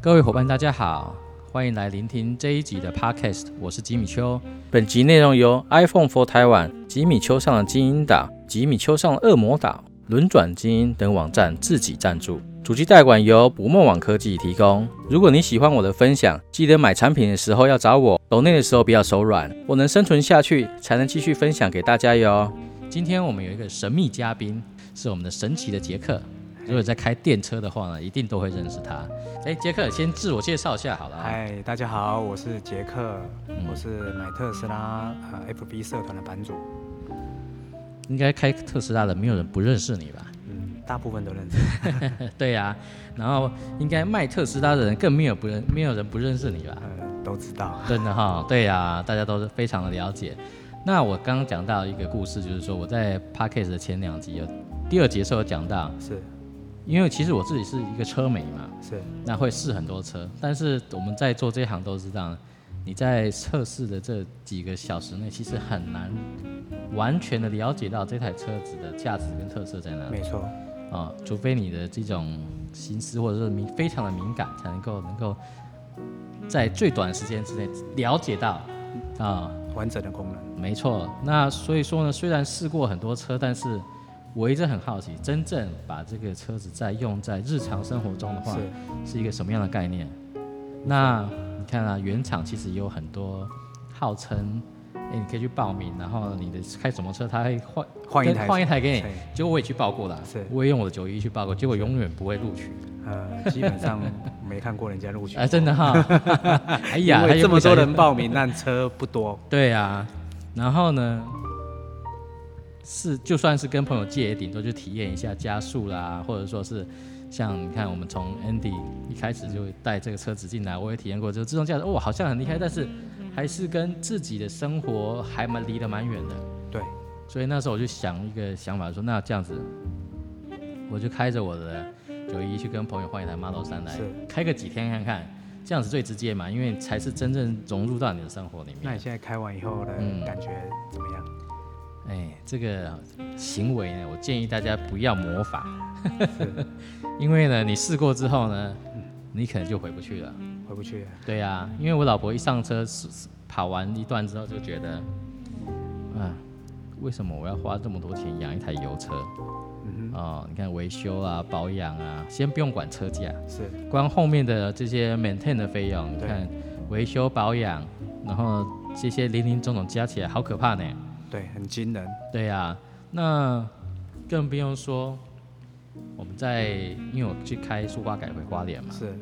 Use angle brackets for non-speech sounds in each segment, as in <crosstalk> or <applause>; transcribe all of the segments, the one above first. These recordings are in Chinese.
各位伙伴，大家好，欢迎来聆听这一集的 Podcast，我是吉米秋。本集内容由 iPhone for Taiwan、吉米丘上的精英岛、吉米丘上的恶魔岛、轮转精英等网站自己赞助，主机代管由捕梦网科技提供。如果你喜欢我的分享，记得买产品的时候要找我，抖内的时候不要手软，我能生存下去，才能继续分享给大家哟。今天我们有一个神秘嘉宾，是我们的神奇的杰克。如果在开电车的话呢，一定都会认识他。哎，杰克，先自我介绍一下好了啊。嗨，大家好，我是杰克，嗯我是买特斯拉呃 FB 社团的版主，应该开特斯拉的，没有人不认识你吧？ <laughs> 嗯，大部分都认识。对呀、然后应该卖特斯拉的人更没有不认，没有人不认识你吧？ <laughs> 呃，都知道。真的哈，对呀、大家都是非常的了解。那我刚刚讲到一个故事，就是说我在 podcast 的前两集有第二节的时候有讲到，是因为其实我自己是一个车迷嘛，是，那会试很多车，但是我们在做这一行都知道，你在测试的这几个小时内，其实很难完全的了解到这台车子的价值跟特色在哪里没错，啊、除非你的这种心思或者是敏非常的敏感，才能够能够在最短的时间之内了解到啊、完整的功能。没错，那所以说呢，虽然试过很多车，但是我一直很好奇，真正把这个车子在用在日常生活中的话，是是一个什么样的概念？那你看啊，原厂其实也有很多号称，哎，你可以去报名，然后你的开什么车，他会换换一台换一台给你对。结果我也去报过了，是我也用我的九一去报过，结果永远不会 <laughs> 录取。呃，基本上 <laughs> 没看过人家录取哎，，真的哈、 <laughs> 哎呀，他因为又这不么小多心人报名，但车不多。对啊，然后呢，是就算是跟朋友借，也顶多就体验一下加速啦，或者说是像你看，我们从 Andy 一开始就带这个车子进来，我也体验过，就自动驾驶，哦，好像很厉害，但是还是跟自己的生活还蛮离得蛮远的。对，所以那时候我就想一个想法，说那这样子，我就开着我的九一去跟朋友换一台 Model 三来是开个几天看看，这样子最直接嘛，因为才是真正融入到你的生活里面。那你现在开完以后的嗯感觉怎么样？哎，这个行为呢，我建议大家不要模仿， <laughs> 因为呢，你试过之后呢，嗯你可能就回不去了。回不去了，对啊，因为我老婆一上车是是跑完一段之后就觉得，啊，为什么我要花这么多钱养一台油车？嗯哦，你看维修啊、保养啊，先不用管车价，是光后面的这些 maintain 的费用，你对看维修保养，然后这些零零总总加起来，好可怕呢。对，很惊人。对呀、那更不用说我们在，因为我去开苏花改回花莲嘛，是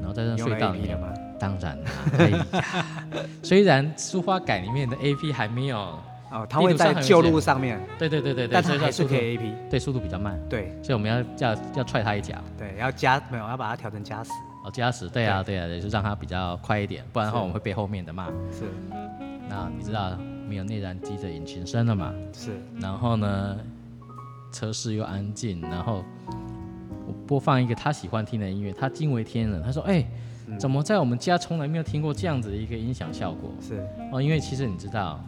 然后在那用隧道里 A P 面的，吗？当然啦、哎呀， <laughs> 虽然苏花改里面的 A P 还没有，哦，它地会图上在很明旧显路上面，对对对对对，但所它以还说是速度可以 A P。对速度比较慢，对所以我们要要要踹他一脚，对，要加没有，要把它调成加时。哦，加时，对啊对啊，也是让他比较快一点，不然的话是我们会被后面的骂。是那你知道没有内燃机的引擎声了嘛？是，然后呢，车室又安静，然后我播放一个他喜欢听的音乐，他惊为天人，他说：“哎、嗯怎么在我们家从来没有听过这样子的一个音响效果是？”哦，因为其实你知道，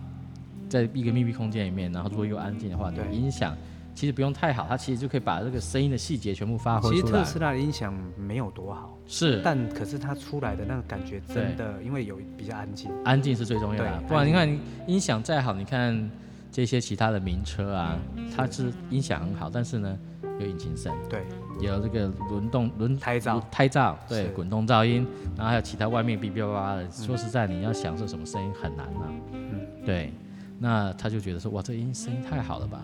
在一个密闭空间里面，然后如果又安静的话，你的对音响其实不用太好，它其实就可以把这个声音的细节全部发其挥实出特来。斯拉的音响没有多好，是，但可是它出来的那个感觉真的，因为有比较安静，安静是最重要的啊，对不然安你静看音响再好，你看这些其他的名车啊，嗯它是音响很好，但是呢有引擎声。对，有这个轮动轮胎噪胎噪，对，是滚动噪音，然后还有其他外面哔哔叭叭的。说实在，你要享受什么声音很难啊。嗯，对，那他就觉得说，哇，这音声音太好了吧，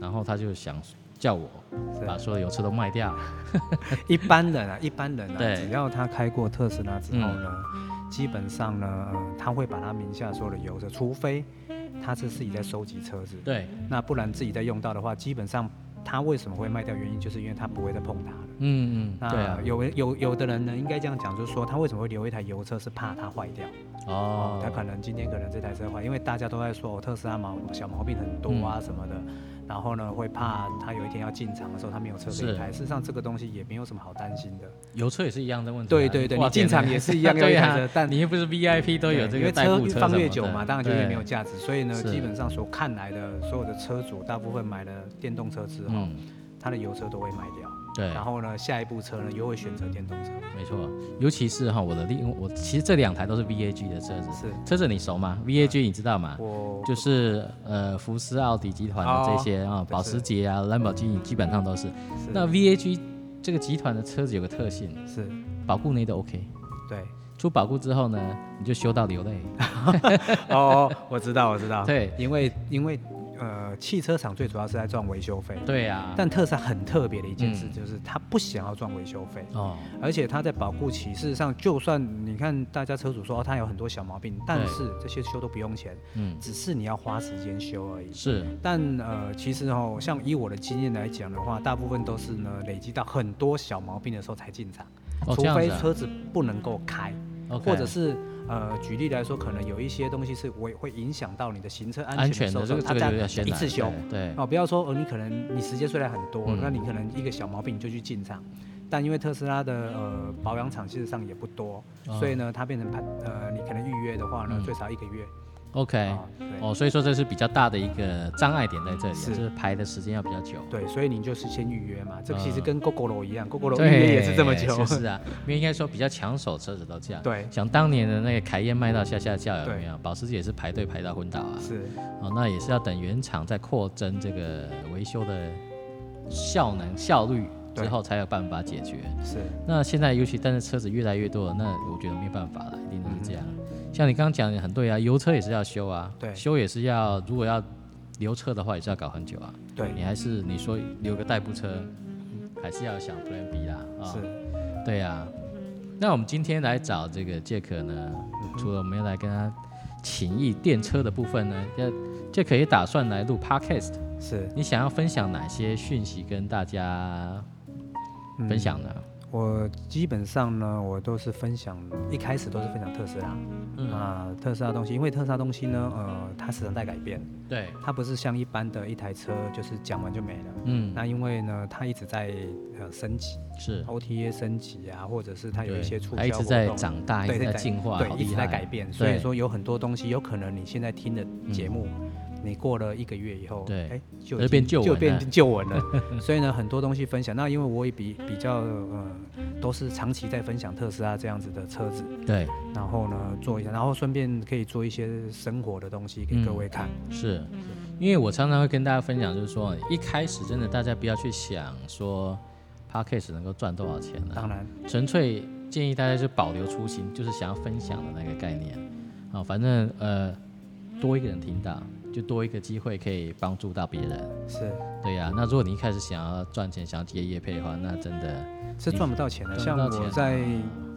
然后他就想叫我把是所有油车都卖掉。一般人啊，一般人啊，呃对嗯只要他开过特斯拉之后呢，基本上呢，呃他会把他名下所有的油车，除非他是自己在收集车子，对，那不然自己在用到的话，基本上他为什么会卖掉，原因就是因为他不会再碰它了。嗯嗯，对啊那，有有有的人呢，应该这样讲，就是说他为什么会留一台油车，是怕它坏掉。哦，他可能今天可能这台车坏，因为大家都在说、哦、特斯拉毛小毛病很多嗯啊什么的，然后呢会怕他有一天要进厂的时候他没有车可是以开。事实上这个东西也没有什么好担心的。油车也是一样的问题啊。对对对，哇你进厂天哪也是一样要 <laughs> 一对台啊车，，但你又不是 VIP 都有对这因个为代步越车放什越么久的嘛，当然就越对没有价值。所以呢，是基本上所看来的所有的车主，大部分买了电动车之后，嗯，他的油车都会卖掉。对，然后呢，下一部车呢又会选择电动车。没错，尤其是哈，我的另我其实这两台都是 VAG 的车子，是车子你熟吗？VAG 啊你知道吗？我啊就是呃福斯、奥迪集团的这些啊，哦保时捷啊、兰博基尼基本上都是。是那 VAG 这个集团的车子有个特性，是保固内都 OK，对出保固之后呢，你就修到流泪。哦，我知道我 <laughs> 知道，对因为因为呃，汽车厂最主要是在赚维修费，对啊，但特斯拉很特别的一件事嗯就是他不想要赚维修费。哦，而且他在保固期，事实上，就算你看大家车主说、哦、他有很多小毛病，但对是这些修都不用钱，嗯，只是你要花时间修而已。是，但呃，其实哦，像以我的经验来讲的话，大部分都是呢累积到很多小毛病的时候才进场，哦除这样非子啊车子不能够开， OK 或者是呃，举例来说，可能有一些东西是会会影响到你的行车安安全的全的这时个候，这它个就再要先一来次修。对，对哦，不要说哦，你可能你时间虽然很多，嗯那你可能一个小毛病你就去进场，但因为特斯拉的呃保养厂事实上也不多，哦所以呢，它变成盘呃，你可能预约的话呢，嗯最少一个月。 ，OK，啊对哦，所以说这是比较大的一个障碍点在这里啊，是就是排的时间要比较久。对，所以你就是先预约嘛，这个其实嗯跟 GoGoRo 一样，GoGoRo 对，预约也是这么久。就是啊，因为应该说比较抢手车子都这样。 <laughs> 对想当年的那个凯宴卖到下下轿有对嗯没有？保时捷也是排队排到昏倒啊。是哦，那也是要等原厂在扩增这个维修的效能效率之对后才有办法解决。是那现在尤其但是车子越来越多了，那我觉得没办法了，一定都是这样。像你刚刚讲的很对啊，油车也是要修啊，嗯对修也是要，如果要留车的话也是要搞很久啊。对你还是你说留个代步车，还是要想 Plan B 啦啊。是对啊，那我们今天来找这个杰克呢，除了我们要来跟他请益电车的部分呢，要杰克也打算来录 podcast，是，你想要分享哪些讯息跟大家分享呢？嗯我基本上呢，我都是分享，一开始都是分享特斯拉。嗯啊、特斯拉东西，因为特斯拉东西呢，呃，它时常在改变，对，它不是像一般的一台车，就是讲完就没了。嗯，那因为呢，它一直在呃升级是， ，OTA 升级啊，或者是它有对一些促销还一直活在动啊长大，一对直对在对进化，好对，一直厉在害，改变。所以对说有很多东西，有可能你现在听的节目，你过了一个月以后，嗯对哎，就它就已经变旧就闻了变旧闻了。 <laughs> 所以呢，很多东西分享。那因为我也比比较呃，都是长期在分享特斯拉这样子的车子，对，然后呢做一下，然后顺便可以做一些生活的东西给各位看。是，因为我常常会跟大家分享，就是说一开始真的大家不要去想说 podcast 能够赚多少钱呢、当然，纯粹建议大家就保留初心，就是想要分享的那个概念啊。反正呃，多一个人听到，就多一个机会可以帮助到别人。是对呀、那如果你一开始想要赚钱，想要接业配的话，那真的是赚不到钱的。赚像不到我钱啊在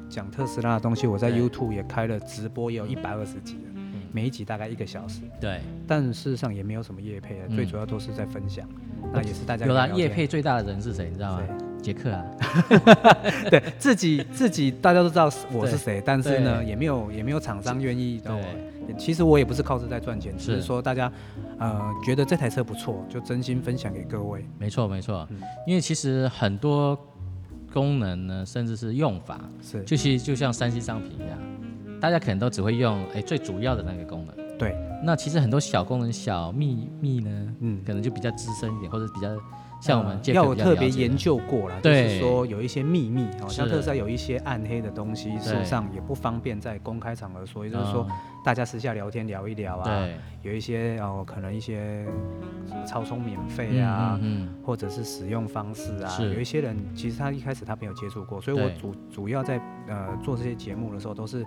讲特斯拉的东西，我在对嗯 YouTube 也开了直播，也有一百二十集了，每一集大概一个小时。对。但事实上也没有什么业配啊，嗯最主要都是在分享，那也是大家有啦，聊业天配最大的人是谁，你知道吗？杰克啊， <laughs> 对自己自己大家都知道是我是对谁，但是呢对也没有也没有厂商愿意让我对。也其实我也不是靠这在赚钱，只是是说大家呃觉得这台车不错，就真心分享给各位。没错没错，嗯因为其实很多功能呢，甚至是用法，是就其实就像三 C 商品一样，大家可能都只会用哎最主要的那个功能。对，那其实很多小功能、小秘密呢，嗯可能就比较资深一点，或者比较像我们呃杰克要有比较特了别解研的，究过啦，就对是说有一些秘密，好像是特斯拉有一些暗黑的东西，事对实上也不方便在公开场合说，也就是说嗯大家私下聊天聊一聊啊，对，有一些哦可能一些什么超充免费啊，嗯或者是使用方式啊，是有一些人其实他一开始他没有接触过，所以我对主主要在呃做这些节目的时候都是。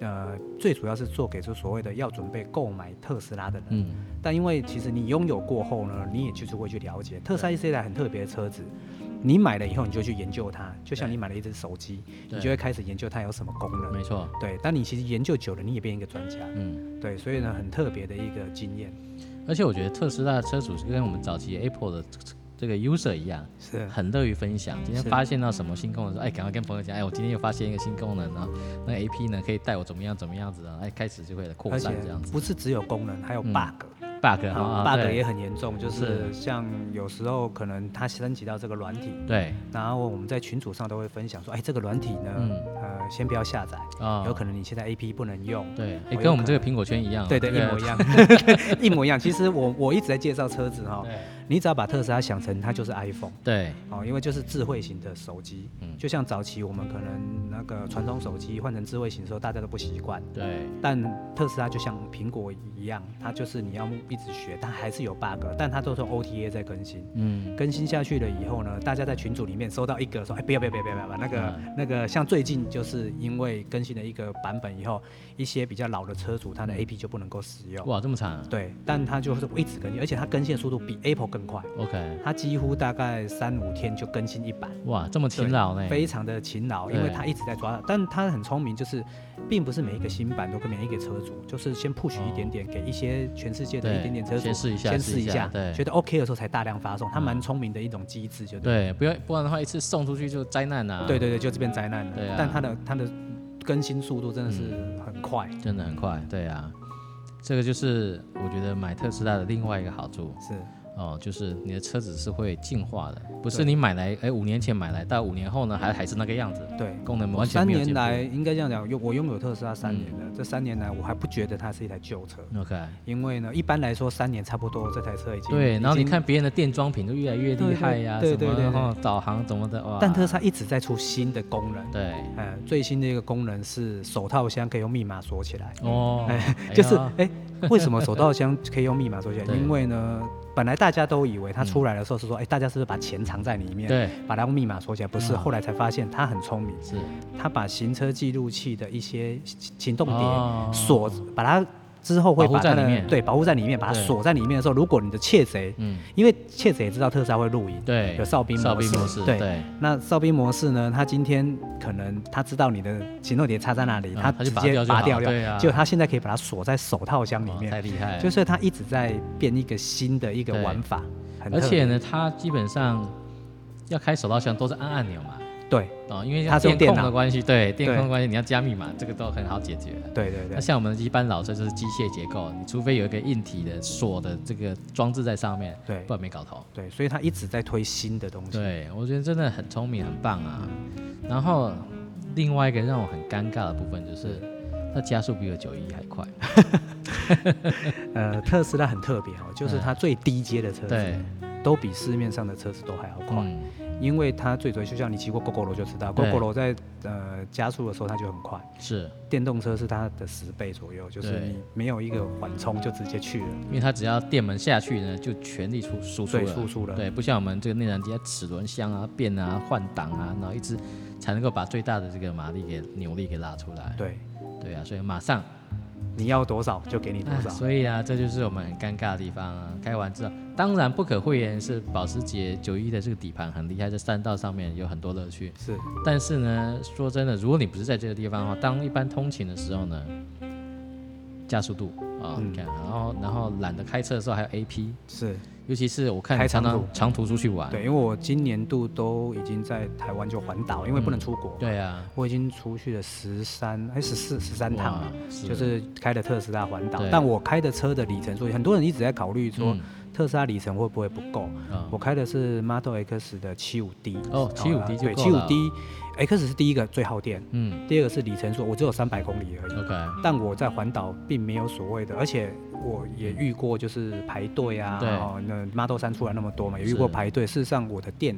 呃，最主要是做给出所谓的要准备购买特斯拉的人，嗯但因为其实你拥有过后呢，你也就是会去了解特斯拉是一台很特别的车子，你买了以后你就去研究它，就像对你买了一只手机，对你就会开始研究它有什么功嗯，能。没错，对，但你其实研究久了，你也变一个专家。嗯。对，所以呢，很特别的一个经验。而且我觉得特斯拉的车主是跟我们早期 Apple 的这个 user 一样，是很乐于分享。今天是发现到什么新功能，说哎，赶快跟朋友讲，哎，我今天又发现一个新功能啊，那个 AP 呢可以带我怎么样怎么样子啊，哎，开始就会扩而且散这样子不是只有功能，还有嗯 bug、 ，bug 啊啊 bug 对也很严重，就是是像有时候可能它升级到这个软体，对，然后我们在群组上都会分享说，哎，这个软体呢，嗯呃，先不要下载，啊有可能你现在 A P 不能用。对，哎，有跟我们可这个苹果圈一样，啊 <laughs> 对对，这一个模一样，一模一样。其实我我一直在介绍车子哈、对你只要把特斯拉想成它就是 iPhone 对，哦，因为就是智慧型的手机，嗯就像早期我们可能那个传统手机换成智慧型的时候，大家都不习惯。对，但特斯拉就像苹果一样，它就是你要一直学，它还是有 bug，但它都是 OTA 在更新。嗯，更新下去了以后呢，大家在群组里面收到一个说，哎，不要不要不要不要不要，那个、嗯那个，像最近就是因为更新了一个版本以后，一些比较老的车主他的 AP 就不能够使用。嗯哇，这么惨啊对，但它就是一直更新，而且它更新的速度比 Apple 更快， ，OK，它几乎大概三五天就更新一版。哇，这么勤劳呢，非常的勤劳，因为哎对他一直在抓，但他很聪明，就是并不是每一个新版都跟每一个车主，就是先 push 一点点，给一些全世界的对一点点车主先试一下先试试一一下下，对觉得 OK 的时候才大量发送，他蛮聪明的一种机制，就对对，了。不要不然的话一次送出去就灾难啊，对，对对，就这边灾难了。对啊但他的他的更新速度真的是很快，真的很快，对啊，这个就是我觉得买特斯拉的另外一个好处是哦，就是你的车子是会进化的，不是你买来，哎，五年前买来，到五年后呢还还是那个样子，对。功能我完全三没有进年步。嗯来应该这样讲，用我拥有特斯拉三年了，这三年来我还不觉得它是一台旧车， OK，因为呢，一般来说三年差不多这台车已经对，已然后你经看别人的电装品都越来越厉害呀、对什对么对对对哦导航怎么的哇，但特斯拉一直在出新的功能。 <laughs> 对呃，最新的一个功能是手套箱可以用密码锁起来，哦，哎就是呀哎、为什么手套箱可以用密码锁起 <laughs> 来？对嗯因为呢，本来大家都以为它出来的时候是说，哎、大家是不是把钱藏在 <laughs> 里面？对把它用密码锁起来，不是，嗯后来才发现它很聪明，是它把行车记录器的一些行行动哦点锁，把它之后会保护把它在里的面对保护在里面，把它对锁在里面的时候，如果你的窃贼，嗯因为窃贼也知道特斯拉会录影，对有哨兵哨模兵式模式对对，那哨兵模式呢？他今天可能他知道你的行动点插在哪里，嗯他他就直拔接掉就拔好掉对啊结果他现在可以把它锁在手套箱里哇太面，厉害了，就是他一直在变一个新的一个对玩法，很而特且呢，它基本上要开手套箱都是按按钮嘛，对哦，因为它是用电控电的脑关系，对电控对的关系，你要加密码，这个都很好解决了。对对那对像我们一般老车就是机械结构，你除非有一个硬体的锁的这个装置在上面，对不然没搞头。对，所以他一直在推新的东西。对，我觉得真的很聪明，很棒啊。然后另外一个让我很尴尬的部分就是，它加速比我九一还快。呃，特斯拉很特别哦，就是它最低阶的车嗯对子，都比市面上的车子都还要快。嗯，因为它最主要就像你骑过 GoGo 罗就知道对，GoGo 罗在呃加速的时候它就很快，是电动车是它的十倍左右，就是对你没有一个缓冲就直接去了，因为它只要电门下去呢，就全力出输出对，了。输出了。对，不像我们这个内燃机，它齿轮箱啊、变啊、换挡啊，然后一直才能够把最大的这个马力给扭力给拉出来。对对啊，所以马上，你要多少就给你多啊少。所以啊，这就是我们很尴尬的地方啊。开完之后，当然不可讳言是保时捷九一的这个底盘很厉害，在山道上面有很多乐趣。是但是呢，说真的，如果你不是在这个地方的话，当一般通勤的时候呢，加速度啊，嗯你看，然后然后懒得开车的时候还有 AP，是，尤其是我看开常长常途长途出去玩，对，因为我今年度都已经在台湾就环岛，因为不能出国，对啊，我已经出去了十三还十四十三趟哇了，是就是开的特斯拉环岛对。但我开的车的里程数，很多人一直在考虑说呃嗯特斯拉里程会不会不够。啊我开的是 Model X 的七五 D，哦75D 就对，够七五了 D，X 是第一个最耗电，嗯第二个是里程数，我只有三百公里而已。 ，OK，但我在环岛并没有所谓的，而且我也遇过就是排队啊，对哦，那 Model 三出来那么多嘛，也遇是过排队。事实上，我的电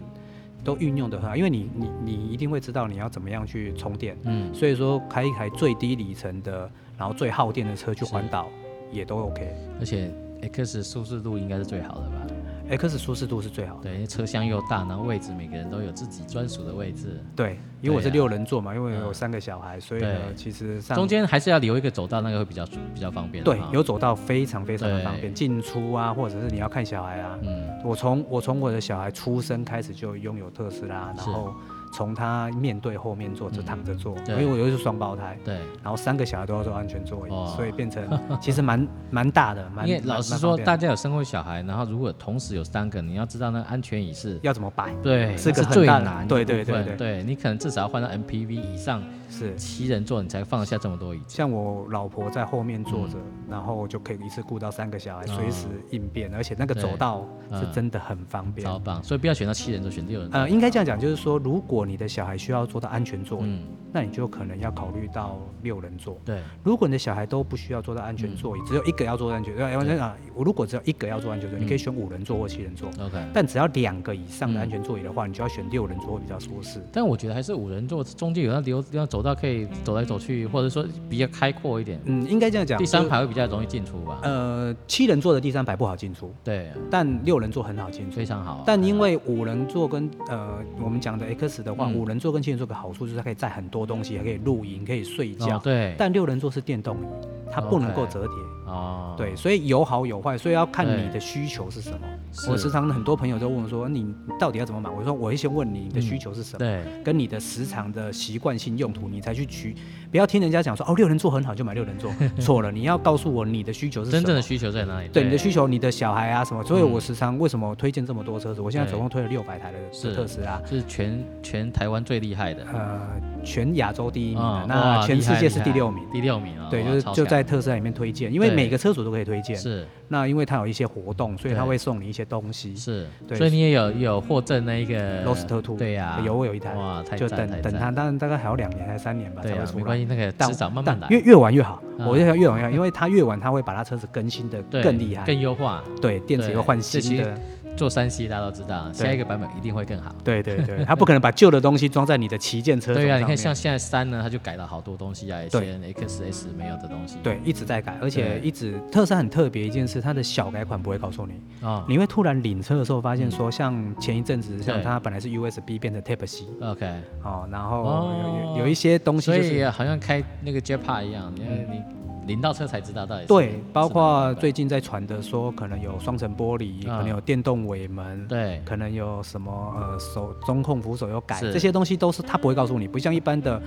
都运用的很好，因为你你你一定会知道你要怎么样去充电，嗯，所以说开一台最低里程的，然后最耗电的车去环岛也都 OK。而且 X 舒适度应该是最好的吧？ X 舒适度是最好的，对，因为车厢又大，然后位置每个人都有自己专属的位置，对，因为我是对啊六人座嘛，因为嗯有三个小孩，所以呢对，其实上中间还是要留一个走道，那个会比较比较方便。对哈有走道非常非常的方对便，进出啊，或者是你要看小孩啊，嗯，我从我从我的小孩出生开始就拥有特斯拉，然是后从他面对后面坐就躺着坐，嗯对因为我又是双胞胎，对，然后三个小孩都要坐安全座椅，哇所以变成其实蛮蛮大的，蛮因为蛮老实蛮说，方便的大家有生过小孩，然后如果同时有三个，你要知道那个安全椅是。要怎么摆，对，是那个最很大的难的对部对对分对对你可能至少要换到 MPV 以上是七人座，你才放得下这么多椅子。像我老婆在后面坐着，嗯然后就可以一次顾到三个小孩，哦随时应变，而且那个对走道是嗯真的很方便。超棒，所以不要选到七人座，选六人座。呃，应该这样讲，就是说，如果你的小孩需要坐到安全座椅，嗯，那你就可能要考虑到六人座。对，如果你的小孩都不需要坐在安嗯全座椅，只有一个要坐在安全座椅，要要啊，我如果只有一个要坐安全座嗯椅，你可以选五人座或七人座。 OK，但只要两个以上的嗯安全座椅的话，你就要选六人座会比较舒适。但我觉得还是五人座中间有要留要走道可以走来走去，或者说比较开阔一点，嗯，应该这样讲。第三就是，排会比较容易进出吧？呃，七人座的第三排不好进出，对，但六人座很好进出非。常好。但因为五人座跟呃我们讲的 X 的话，嗯五人座跟七人座的好处就是它可以载很多东西，还可以露营，可以睡觉。哦对，但六人座是电动椅，它不能够 OK 折叠。哦，对，所以有好有坏，所以要看对你的需求是什么。是我时常很多朋友都问我说，你你到底要怎么买？我说我会先问你嗯的需求是什么，对，跟你的时常的习惯性用途，你才去取。不要听人家讲说哦六人座很好就买六 <laughs> 人座，错了，你要告诉我你的需求是什么。真正的需求在哪里？对你的需求，你的小孩啊什么，所以我时常为什么推荐这么多车子？我现在对总共推了六百台的是特斯拉，是全全台湾最厉害的，呃，全亚洲第一名啊啊，那哇全厉世害界厉是第害六名。第六名啊，对，哇就是超就强在特斯拉里面推荐，因为对每个车主都可以推荐。是那因为它有一些活动，所以它对会送你一些东西。是，对所以你也有有获赠那一个 Roadster Two 呃对呀，有我有一台哇，太就赞等太等赞它，但大概还要两年还是三年吧对才呀会，没出关来。系，那个但迟早慢慢但来，越越晚越好，我嗯就想越晚越好，因为它越晚它会把它车子更新的对更厉害，更优化，对，电池对又换这其新的，做山西大家都知道，下一个版本一定会更好。对对对，它不可能把旧的东西装在你的旗舰 <laughs> 车对啊呀、呀，你看像现在三呢，它就改了好多东西啊，一些 XS 没有的东西。对一直在改，而且对一直特斯拉很特别一件事，它的小改款不会告诉你，啊嗯你会突然领车的时候发现说，像前一阵子像对它本来是 USB 变成 Type C ，OK，哦，然后有哦有有一些东西所就是嗯以好像开那个 Jetpack 一样，因为你领到车才知道到底是对，包括是哪一最近在传的说，可能有双层玻璃，啊可能有电动尾门个，版可能有什么呃手中控扶手有改，是这些东西都是他不会告诉你，不像一般的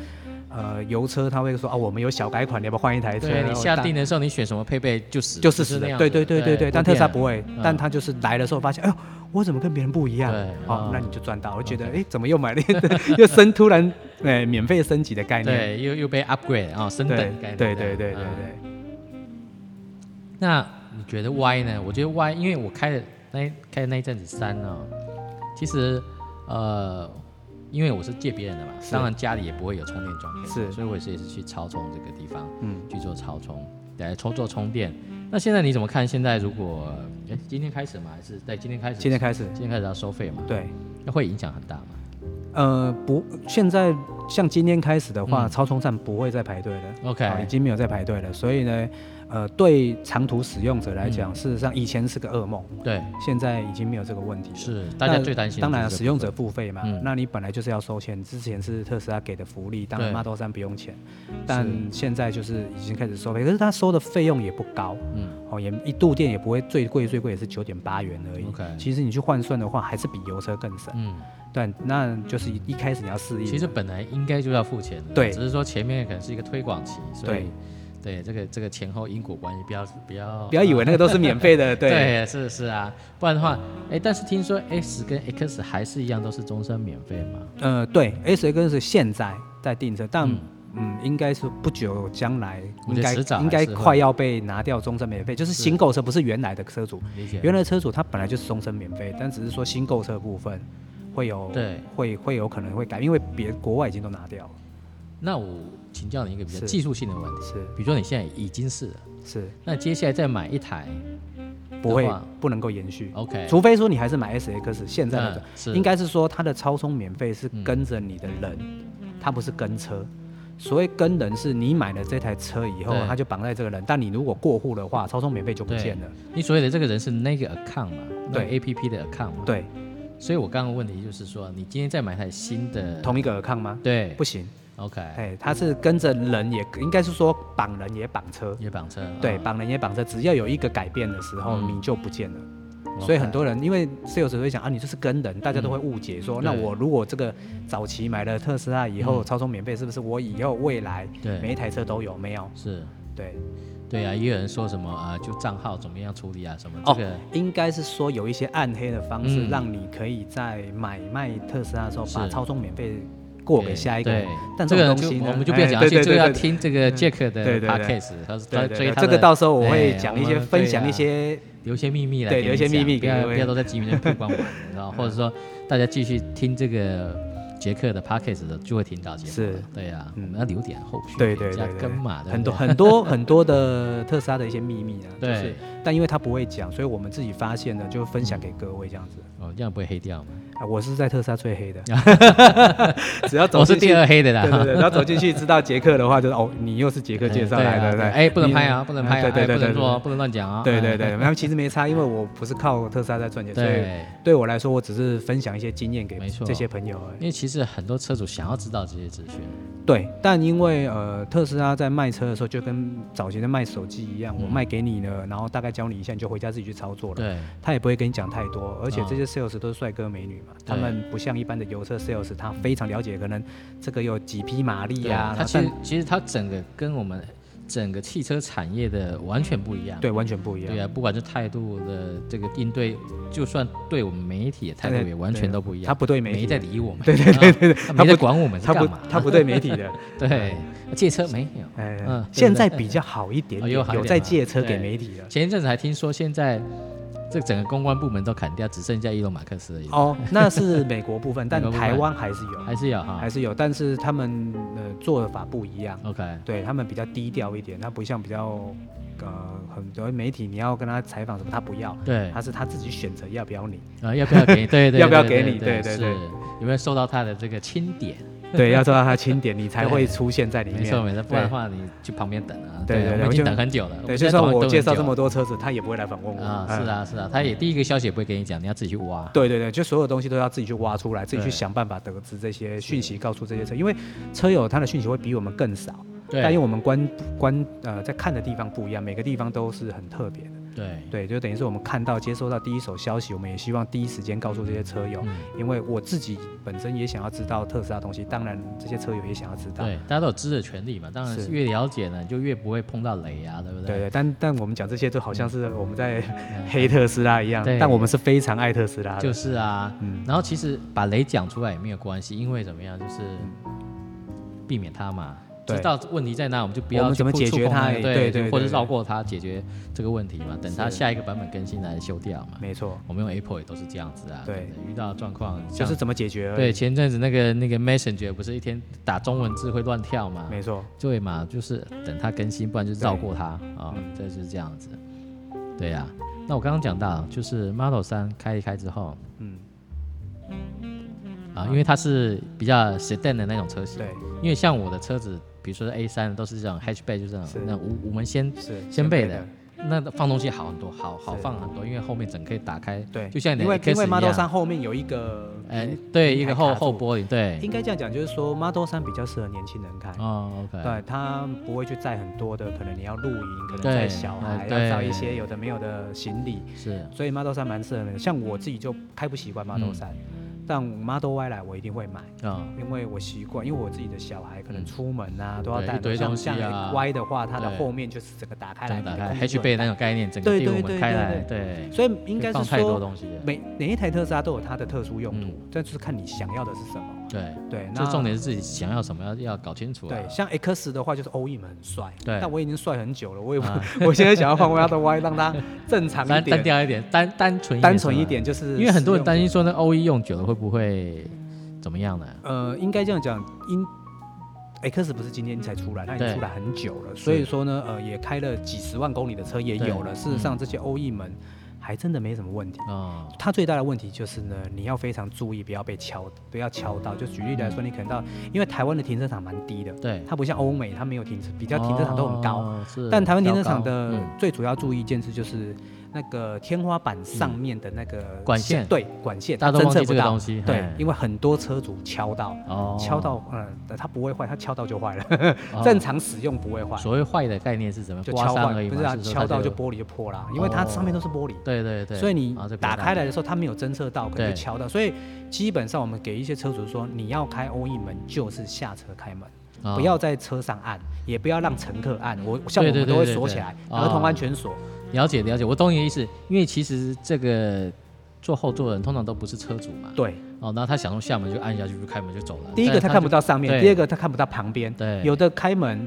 呃油车，他会说啊我们有小改款，你要不要换一台车？对，对你下定的的时候你选什么配备就是就是是死那样的，子对的，对对对对，但特斯拉不会会变，但嗯他就是来的时候发现，哎呦我怎么跟别人不一样对？哦嗯，那你就赚到，我觉得 OK 哎怎么又买了一台又升突然哎免费升级的概念，对，又又被 upgrade 啊、升对等对概念这对样。对对对嗯那你觉得 Y 呢？我觉得 Y，因为我开的那开的那一阵子三呢、其实呃，因为我是借别人的嘛，是当然家里也不会有充电桩，是所以我也是也是去超充这个地方嗯。去做超充，来充做充电。那现在你怎么看？现在如果哎今天开始吗？还是在今天开始？今天开始，今天开始要收费嘛？，对。那会影响很大嘛？呃，不，现在像今天开始的话，嗯超充站不会再排队了。 OK 啊已经没有再排队了。所以呢，呃，对长途使用者来嗯讲，事实上以前是个噩梦，对，现在已经没有这个问题了。是大家那最担心的当然就了是这使个用部者付费嘛，嗯那你本来就是要收钱，之前是特斯拉给的福利，当然对 Model 3不用钱，但现在就是已经开始收费，可是它收的费用也不高，嗯嗯，哦，也一度电也不会最贵，最贵也是九点八元而已。 OK 其实你去换算的话，还是比油车更省。分，嗯。但那就是一一开始你要适应，其实本来应该就要付钱的，对只是说前面可能是一个推广期，所以对这个这个前后因果关系不要不要不要以为那个都是免 <laughs> 费的，对。对是是啊，不然的话，哎，但是听说 S 跟 X 还是一样都是终身免费嘛，呃，对，S X 是现在在订车，但嗯嗯应该是不久将来，我应觉得该迟早还应该是会快要被拿掉终身免费，就是新购车，不是原来的车主，理解？原来车主他本来就是终身免费，但只是说新购车部分会有对会会有可能会改，因为别国外已经都拿掉了，那我请教你一个比较是技术性的问题，是比如说你现在已经是了，是那接下来再买一台不会的话不能够延续。 ，OK，除非说你还是买 S X 现在那哎嗯种，是应该是说它的超充免费是嗯跟着你的人，它不是跟车。所谓跟人是你买了这台车以后对，它就绑在这个人，但你如果过户的话，超充免费就不对见了。你所谓的这个人是那个 account 嘛，那对 A P P 的 account 嘛，，对，所以我刚刚的问题就是说，你今天再买一台新的，同一个 account 吗？对不行， ，OK，哎，它是跟着人也，应该是说绑人也绑车，也绑车，对，嗯绑人也绑车，只要有一个改变的时候，嗯你就不见了。 OK 所以很多人因为 sales 会讲啊，你就是跟人，大家都会误解嗯说，那对我如果这个早期买了特斯拉以后超充免费，是不是我以后未来对每一台车都有？没有，是，对，对啊，也有人说什么啊、就账号怎么样处理啊，什么这哦个、应该是说有一些暗黑的方式，嗯让你可以在买卖特斯拉的时候是把超充免费过给下一个人对。，但这这个种人东就西呢，我们就不要讲下哎去，对这对个要对对嗯听这个 Jack 的对对对 podcast，他是对他追对对，他这个的到时候我哎会讲一我些们分享对啊一些留些秘密来对嗯给你讲，留一些秘密不要给各位 <laughs> 不要都在节目里面曝光完，然后或者说大家继续听这个杰克的 p a c k a g e 的就会听到节目。是，对呀，我嗯们要留点后续给对对人家对对跟嘛，对很不多对很多 <laughs> 很多的特斯拉的一些秘密啊，就对是，，但因为他不会讲，所以我们自己发现的就分享给各位这样子。哦，这样不会黑掉吗？啊，我是在特斯拉最黑的， <laughs> 只要走我是进去第二黑的啦。对对对，然后走进去知道杰克的话，就是哦，你又是杰克哎介绍对来啊的，对对啊哎，不能拍啊，你不能拍啊，对对哎对，不能对做啊，，不能乱讲啊。对哎对对，他们其实没差，因为我不是靠特斯拉在赚钱，所以对，对我来说，我只是分享一些经验给没错这些朋友而已因。为其实很多车主想要知道这些资讯，对，但因为呃，特斯拉在卖车的时候，就跟早前的卖手机一样，我嗯卖给你呢，然后大概教你一下，你就回家自己去操作了。对，他也不会跟你讲太多，而且嗯这些 sales 都是帅哥美女嘛，他对们不像一般的油车 sales，他非常了解，可能这个有几匹马力对啊，它然后其但实其实它整个跟我们整个汽车产业的完全不一样。对完全不一样对。啊，不管是态度的这个应对，就算对我们媒体的态对度对啊也完全都不一样。他不对媒体没在理我们，啊对对对对对他他没不在管我们是他不干嘛。他不对媒体 <laughs> 的，对借车没有，哎嗯，现在比较好一点哦点，又好一有点在嘛借车对给媒体了。前一阵子还听说，现在这整个公关部门都砍掉，只剩下伊隆马克思而已，哦，那是美国部分，<laughs> 但美国部分啊台湾还是有，还是有哈还。是有，但是他们呃做法不一样， OK，对他们比较低调一点，他不像比较呃很多媒体你要跟他采访什么，他不要，对他，是他自己选择要不要你，啊，要不要 <laughs> 给你？对对，要不要对给你对对对是对有没有受到他的这个钦点？对，要做到他清点，你才对会出现在里面。没错没错，不然的对话你去旁边等啊。对对我对们已我经就等很久了。对，们就现在算等我很介绍久这么了多车子，他也不会来访问我啊，嗯是啊是啊，他也第一个消息也不会给你讲，你要自己去挖。对对对，就所有东西都要自己去挖出来，自己去对想办法得知这些讯息，告诉这些车，因为车友他的讯息会比我们更少，对，但因为我们观观呃在看的地方不一样，每个地方都是很特别的，对对，就等于是我们看到接收到第一手消息，我们也希望第一时间告诉这些车友，嗯因为我自己本身也想要知道特斯拉东西，当然这些车友也想要知道，对，大家都有知的权利嘛，当然是是越了解呢，你就越不会碰到雷啊，对不对对？对，但但我们讲这些都好像是我们在 <laughs> 黑特斯拉一样，嗯对但我们是非常爱特斯拉的，就是啊，嗯然后其实把雷讲出来也没有关系，因为怎么样，就是避免它嘛。嗯对知道问题在哪，我们就不我要们去怎么触解触决碰那它个哎对就对对或者对绕过它解决这个问题嘛。等它是下一个版本更新来修掉嘛。没错，我们用 Apple 也都是这样子啊，对不遇到状况就像是怎么解决而已，对前阵子那个那个 Messenger 不是一天打中文字会乱跳嘛？没错。对嘛，就是等它更新，不然就绕过它啊，嗯这就是这样子。对呀、那我刚刚讲到，就是 Model 三开一开之后嗯，啊，因为它是比较 sedan 的那种车型，对，因为像我的车子，比如说 A 三都是这种 hatchback，就是这种是那无无门先是先备辈的，那放东西好很多，好好放很多，因为后面整可以打开，对，就像你因为的因为 X 一 Model 样三后面有一个，哎，对，一个后平台卡住后玻璃，对应，该这样讲，就是说 Model 三比较适合年轻人开。哦，OK，对，它不会去载很多的，可能你要露营，可能对载小孩，呃对要载一些有的没有的行李，是，所以 Model 三蛮适合的。像我自己就开不习惯 Model 嗯三、但 Model Y 来我一定会买，嗯，因为我习惯，因为我自己的小孩可能嗯出门啊、都要对带一堆像东西啊像 Y 的话，它的对后面就是整个打开来，整个打开你的空间就 hatchback 那种概念，整个对第对五门对开对来，对。很所以应该放是太多说东西了。每每一台特斯拉都有它的特殊用途，嗯但就是看你想要的是什么。对，对，那就重点是自己想要什么要要搞清楚、啊。对，像 X 的话就是 O E 很帅，对但我已经帅很久了，我也不、啊 <laughs> 我现在想要换 Y 的 Y，让它正常一 <laughs> 单单点，调一点，单单纯单纯一是吧，点，就是因为很多人担实心说那 O E 用久了会不会怎么样呢？用呃，应该这样讲，因 X 不是今天才出来，它已经对出来很久了，所以说呢，呃，也开了几十万公里的车也有了。对嗯事实上，这些 O E 们还真的没什么问题。哦，它最大的问题就是呢，你要非常注意，不要被敲，不要敲到。就举例来嗯说，你可能到，因为台湾的停车场蛮低的，对，它不像欧美，它没有停车，比较停车场都很高。哦是但台湾停车场比的较高嗯最主要注意一件事就是那个天花板上面的那个嗯管线对管线，大家都侦忘记测这不个到东。西，对嘿，因为很多车主敲到，哦敲到，嗯，它不会坏，它敲到就坏了， <laughs> 正。常使用不会坏哦，所谓坏的概念是怎么就刮敲伤而坏，已不嘛，是啊，是说它敲到就玻璃就破了，因为它上面都是玻璃。对对对，所以你然后再打刮开到来的时候，它没有侦测到，可能对就敲到。所以基本上我们给一些车主说，你要开欧 E 门就是下车开门，哦不要在车上按，也不要让乘客按。我像我对对们都会对对锁对起来，哦儿童安全锁。了解了解，我懂你的意思，因为其实这个坐后座的人通常都不是车主嘛，对，哦，然后他想从下门就按下去就开门就走了，第一个但他就看不到上对面，第二个他看不到旁边。对有的开门，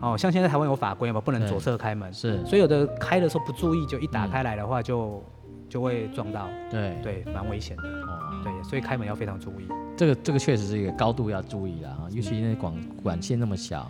哦，像现在台湾有法规嘛，不能对左侧开门，是嗯所以有的开的时候不注意，就一打开来的话就就会撞到，对对，蛮危险的，哦，对，所以开门要非常注意。这个这个确实是一个高度要注意了啊，尤其那管管线那么小，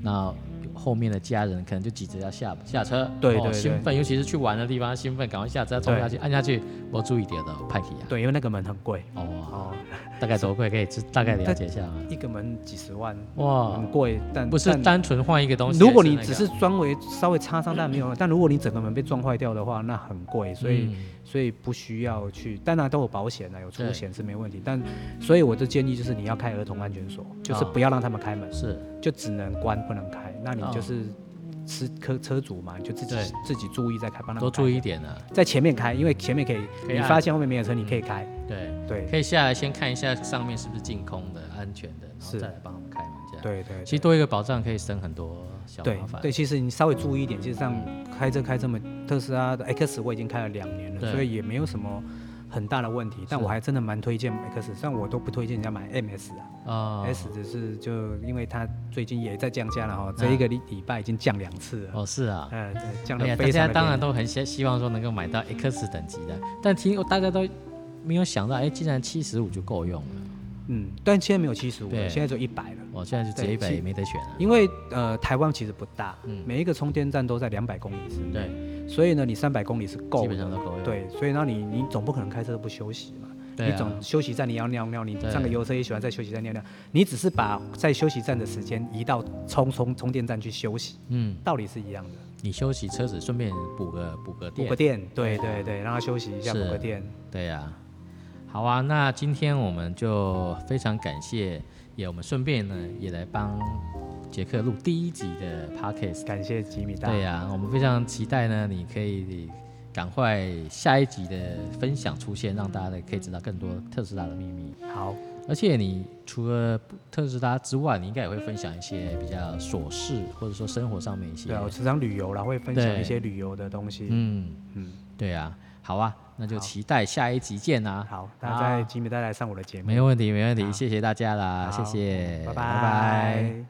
那后面的家人可能就急着要下下车，对哦对对兴奋，尤其是去玩的地方兴奋，赶快下车冲下去按下去，我注意点的派克啊，对，因为那个门很贵哦，哦，大概多贵可以嗯知大概了解一下吗？一个门几十万，哇很，贵，但哦不是但单纯换一个东西，嗯如果还你那只个是装为稍微擦伤，但没有用，但如果你整个门被撞坏掉的话，那很贵，所以、嗯所以不需要去，当然都有保险了，有出对险是没问题，但所以我的建议就是你要开儿童安全锁，就是啊不要让他们开门，是就只能关不能开，那你啊就是吃车车主嘛，你就自己对自己注意再开，帮他们多开注意一点啊，在前面开，因为前面可以，可以你按发现后面没有车，你可以开，对，对可以下来先看一下上面是不是净空的、安全的，然后是再来帮他们开门这样。，对对，其实多一个保障可以省很多小对麻烦。对，其实你稍微注意一点，其实上开车开这么特斯拉的 X 我已经开了两年对了，所以也没有什么很大的问题。但是我还真的蛮推荐 X，但我都不推荐人家买 MS 啊、啊 s 只是就因为它最近也在降价了哈、这一个礼礼拜已经降两次了，嗯哦是啊，呃，对降哎的呀，大非常家的当然便宜都很希希望说能够买到 X 等级的，但听哦大家都没有想到，哎，竟然七十五就够用了，嗯，但现在没有七十五对了，现在只有一百了。我现在就直接一对百其也没得选了。因为呃，台湾其实不大，嗯每一个充电站都在两百公里之内，对，所以呢，你三百公里是够基的，本上都够用。对，所以那你你总不可能开车不休息嘛？对你啊总休息站你要尿尿，你对上个油车也喜欢在休息站尿尿，你只是把在休息站的时间移到充充充电站去休息，嗯，道理是一样的。你休息车子，顺便补个补个补电个。电，对对对，让它休息一下，补是个电。对呀、好啊，那今天我们就非常感谢，也我们顺便呢也来帮杰克录第一集的 podcast。感谢吉米大，对呀、我们非常期待呢，你可以赶快下一集的分享出现，让大家可以知道更多特斯拉的秘密。好，而且你除了特斯拉之外，你应该也会分享一些比较琐事，或者说生活上面一些。对啊，我时常旅游啦，会分享对一些旅游的东西。嗯，嗯，对呀、好啊，那就好期待下一集见啊。好，那在吉米大来上我的节目，没问题，没问题，好谢谢大家啦，谢好谢，拜拜拜拜